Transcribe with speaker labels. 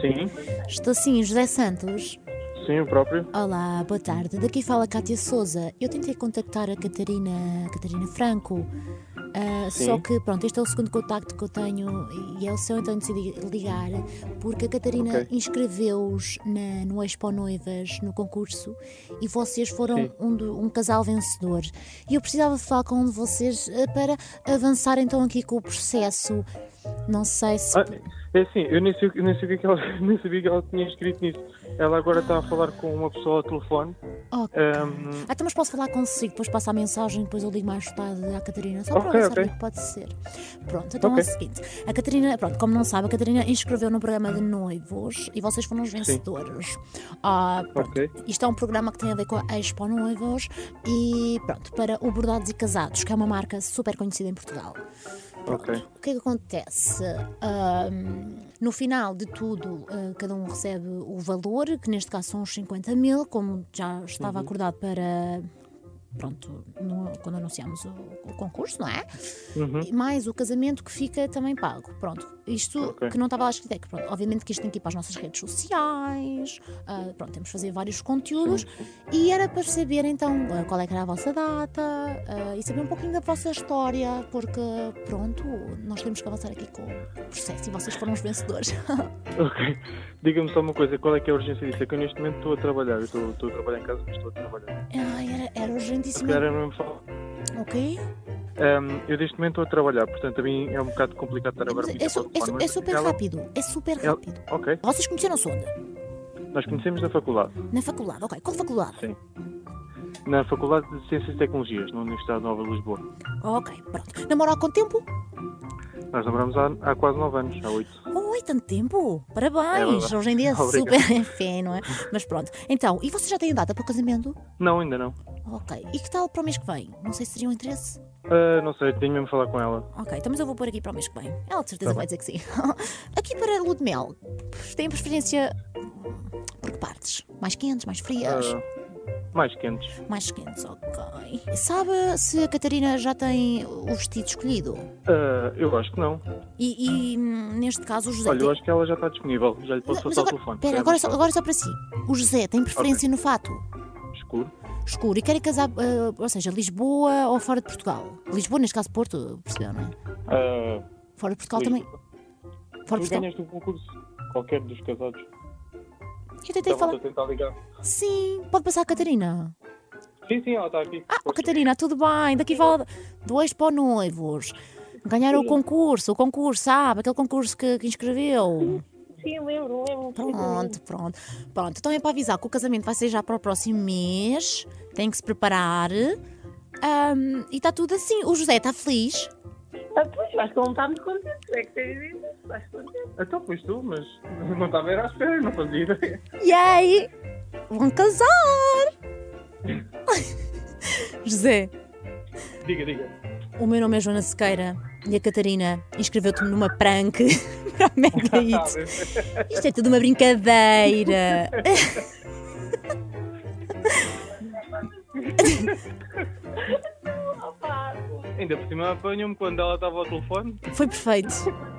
Speaker 1: Sim,
Speaker 2: Estou sim, José Santos.
Speaker 1: sim, o próprio.
Speaker 2: Olá, boa tarde. Daqui fala Cátia Souza. Eu tentei contactar a Catarina, Catarina Franco. ah,
Speaker 1: Sim.
Speaker 2: só que, pronto, este é o segundo contacto que eu tenho e é o seu, então decidi ligar, porque a Catarina
Speaker 1: Ok.
Speaker 2: inscreveu-os na- no Expo Noivas, no concurso, e vocês foram
Speaker 1: Sim.
Speaker 2: um, do- um casal vencedor. E eu precisava de falar com um de vocês ah, para avançar então aqui com o processo. Não sei se.
Speaker 1: Ah, é assim, eu nem, sei, eu nem sabia que ela, nem sabia que ela tinha escrito nisso. Ela agora está a falar com uma pessoa ao telefone.
Speaker 2: Ok.
Speaker 1: Ahm,
Speaker 2: Ah, então, mas posso falar consigo, depois passo a mensagem, depois eu ligo mais tarde à Catarina, só para
Speaker 1: Ok,
Speaker 2: avançar o
Speaker 1: ok.
Speaker 2: que pode ser. Pronto, então é
Speaker 1: Ok.
Speaker 2: o seguinte: a Catarina, pronto, como não sabe, a Catarina inscreveu no programa de noivos e vocês foram os vencedores. Ah, pronto,
Speaker 1: Ok.
Speaker 2: Isto é um programa que tem a ver com a Expo Noivos e pronto, para o Bordados e Casados, que é uma marca super conhecida em Portugal. Pronto.
Speaker 1: Ok.
Speaker 2: O que é que acontece? Ahm, no final de tudo, ah, cada um recebe o valor, que neste caso são os 50 mil, como já estava
Speaker 1: Uhum.
Speaker 2: acordado para. Pronto, no- quando anunciamos o, o concurso, não é?
Speaker 1: uhum,
Speaker 2: E Mais o casamento que fica também pago. Pronto, isto
Speaker 1: Ok.
Speaker 2: que não estava lá escrito é que, pronto, obviamente que isto tem que ir para as nossas redes sociais, ah, pronto, temos de fazer vários conteúdos e era para saber então ah, qual é que era a vossa data ah, e saber um pouquinho da vossa história, porque pronto, nós temos que avançar aqui com o processo e vocês foram os vencedores.
Speaker 1: ok. Diga-me só uma coisa, qual é que é a urgência disso? É que eu neste momento estou a trabalhar. Eu estou, estou a trabalhar em casa, mas estou a trabalhar.
Speaker 2: Ai, era, era
Speaker 1: Se
Speaker 2: urgentíssimo.
Speaker 1: calhar é mesmo falar.
Speaker 2: Ok?
Speaker 1: Ahm, eu neste momento estou a trabalhar, portanto a mim é um bocado complicado estar agora
Speaker 2: Mas
Speaker 1: muito
Speaker 2: É,
Speaker 1: ao
Speaker 2: su- é
Speaker 1: telefone,
Speaker 2: su- é
Speaker 1: mas
Speaker 2: super
Speaker 1: ela-
Speaker 2: rápido. É super
Speaker 1: ela-
Speaker 2: rápido.
Speaker 1: Ok,
Speaker 2: Vocês conheceram-se onde?
Speaker 1: nós conhecemos na faculdade.
Speaker 2: Na faculdade, ok. Qual faculdade?
Speaker 1: Sim. Na Faculdade de Ciências e Tecnologias, na Universidade Nova de Lisboa.
Speaker 2: Ok, pronto. Namoram há quanto tempo?
Speaker 1: Nós namoramos há, há quase nove anos, há oito.
Speaker 2: Oi, tanto tempo! Parabéns!
Speaker 1: É,
Speaker 2: Hoje em dia é
Speaker 1: obrigado.
Speaker 2: super fé, não é? Mas pronto. Então, e vocês já têm data para o casamento?
Speaker 1: Não, ainda não.
Speaker 2: Ok. E que tal para o mês que vem? Não sei se seria um interesse.
Speaker 1: Ah, não sei, tenho mesmo de falar com ela.
Speaker 2: Ok, então mas eu vou pôr aqui para o mês que vem. Ela de certeza
Speaker 1: Tá
Speaker 2: vai dizer que sim. aqui para a lua de mel, têm preferência por que partes? Mais quentes, mais
Speaker 1: Ah,
Speaker 2: frias?
Speaker 1: mais quentes.
Speaker 2: Mais quentes, ok. Sabe se a Catarina já tem o vestido escolhido?
Speaker 1: Ah, eu acho que não.
Speaker 2: E, e, hum, neste caso o José.
Speaker 1: Olha,
Speaker 2: tem-
Speaker 1: eu acho que ela já está disponível. Já lhe posso
Speaker 2: Mas
Speaker 1: passar o
Speaker 2: agora,
Speaker 1: telefone.
Speaker 2: pera,
Speaker 1: Já
Speaker 2: agora,
Speaker 1: é
Speaker 2: só,
Speaker 1: mais
Speaker 2: agora só para si. O José tem preferência no fato
Speaker 1: tarde. Escuro.
Speaker 2: escuro e querem casar, eh, ou seja, Lisboa ou fora de Portugal? Lisboa, neste caso Porto, percebeu, não é?
Speaker 1: Ah,
Speaker 2: Fora de Portugal
Speaker 1: Luís,
Speaker 2: também. Fora de
Speaker 1: tu
Speaker 2: Portugal.
Speaker 1: ganhaste um concurso. Qualquer dos casados. é
Speaker 2: Eu tentei
Speaker 1: Estava a
Speaker 2: falar.
Speaker 1: tentar ligar.
Speaker 2: Sim, pode passar a Catarina.
Speaker 1: Sim, sim, ela está aqui.
Speaker 2: Ah, oh, Catarina, tudo bem. Daqui fala dois para noivos. Ganharam o concurso, o concurso, sabe? Aquele concurso que, que inscreveu.
Speaker 3: Sim, lembro, lembro.
Speaker 2: Pronto, pronto. Pronto, então é para avisar que o casamento vai ser já para o próximo mês. Tem que se preparar. Ahm, e está tudo assim. O José está feliz.
Speaker 3: Ah, pois, eu acho que ele não está muito contente. É que tem dito. Estás contente.
Speaker 1: Então, pois tu, mas não estava a ver à espera, não fazia ideia.
Speaker 2: E aí? Vão casar! José,
Speaker 1: Diga, diga.
Speaker 2: o meu nome é Joana Sequeira e a Catarina inscreveu-te numa prank para a Mega Hits. Isto é tudo uma brincadeira.
Speaker 3: Opa,
Speaker 1: Ainda por Tá, cima apanham-me quando ela estava ao telefone.
Speaker 2: Foi perfeito.